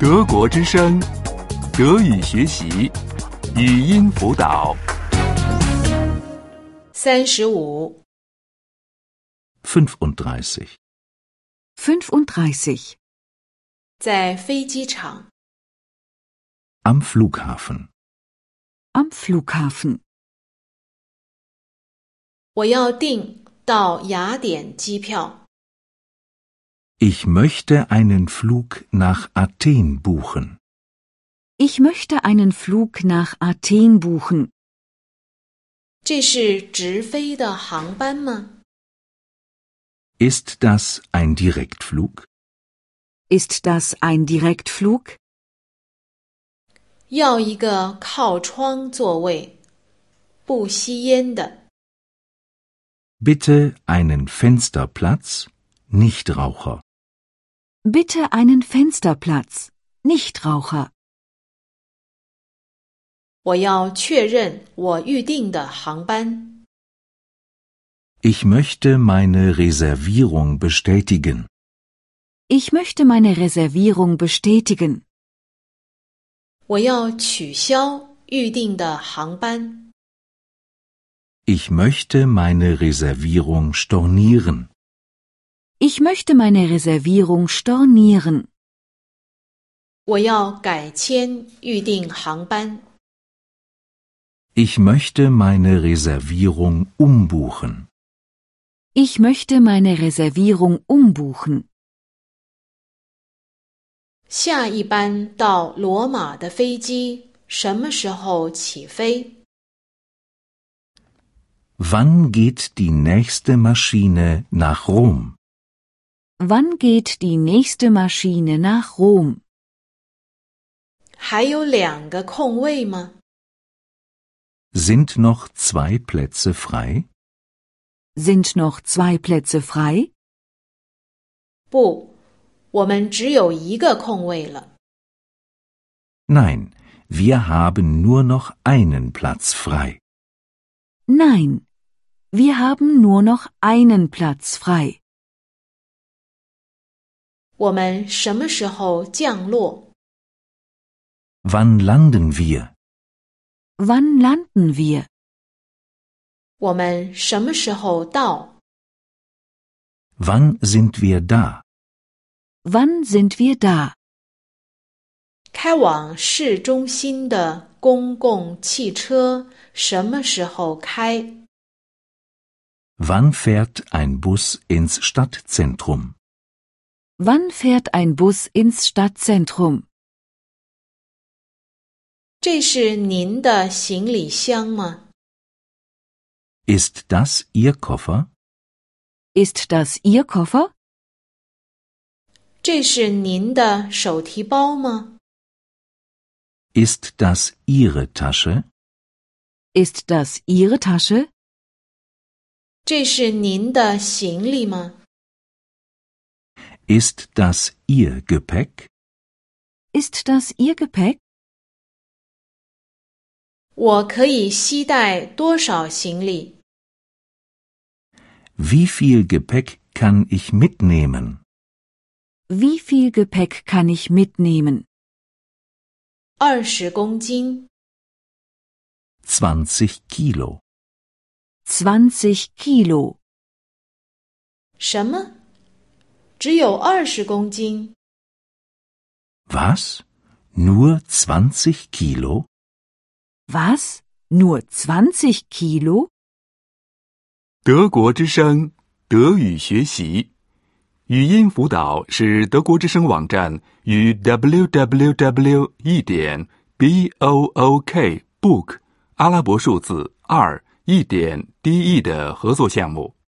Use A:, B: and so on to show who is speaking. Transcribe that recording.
A: 德国之声，德语学习，语音辅导。
B: 三十五，
C: 35.
D: 35.
B: 在飞机场，
C: Am Flughafen.
D: Am Flughafen.
B: 我要订到雅典机票。
C: Ich möchte einen Flug nach Athen buchen.
D: Ich möchte einen Flug nach Athen buchen.
B: 这是直飞的航班吗？
C: Ist das ein Direktflug?
D: Ist das ein Direktflug?
B: 要一个靠窗座位，不吸烟的。
C: Bitte einen Fensterplatz, Nichtraucher.
D: Bitte einen Fensterplatz. Nichtraucher.
B: 我要确认我预定的航班。
C: Ich möchte meine Reservierung bestätigen.
D: Ich möchte meine Reservierung bestätigen.
B: 我要取消预定的航班。
C: Ich möchte meine Reservierung stornieren.
D: Ich möchte meine Reservierung stornieren.
B: 我要改签预定航班。
C: Ich möchte meine Reservierung umbuchen.
D: Ich möchte meine Reservierung umbuchen.
B: 下一班到罗马的飞机什么时候起飞？
C: Wann geht die nächste Maschine nach Rom?
D: Wann geht die nächste Maschine nach Rom?
B: 还有两个空位吗？
C: Sind noch zwei Plätze frei?
D: Sind noch zwei Plätze frei?
B: 不，我们只有一个空位了。
C: Nein, wir haben nur noch einen Platz frei.
D: Nein. Wir haben nur noch einen Platz frei.
B: 我们什么时候降落？
C: Wann landen wir?
D: Wann landen wir?
B: 我们什么时候到？
C: Wann sind wir da?
D: Wann sind wir da?
B: 开往市中心的公共汽车什么时候开？
C: Wann fährt ein Bus ins Stadtzentrum?
D: Wann fährt ein Bus ins Stadtzentrum?
B: 这是您的行李箱吗？
C: Ist das Ihr Koffer?
D: Ist das Ihr Koffer?
B: 这是您的手提包吗？
C: Ist das Ihre Tasche?
D: Ist das Ihre Tasche?
B: 这是您的行李吗？
C: Ist das Ihr Gepäck?
D: Ist das Ihr Gepäck?
B: 我可以携带多少行李？
C: Wie viel Gepäck kann ich mitnehmen?
D: Wie viel Gepäck kann ich mitnehmen?
B: 二十公斤。
C: 20 Kilo.
D: 20 Kilo.
B: 什么？只有二十公斤？
C: Was? Nur 20 Kilo?
D: Was? Nur 20 Kilo?
A: 德国之声，德语学习，语音辅导是德国之声网站与 www. 一点 b o o k book 阿拉伯数字二一点 d e 的合作项目。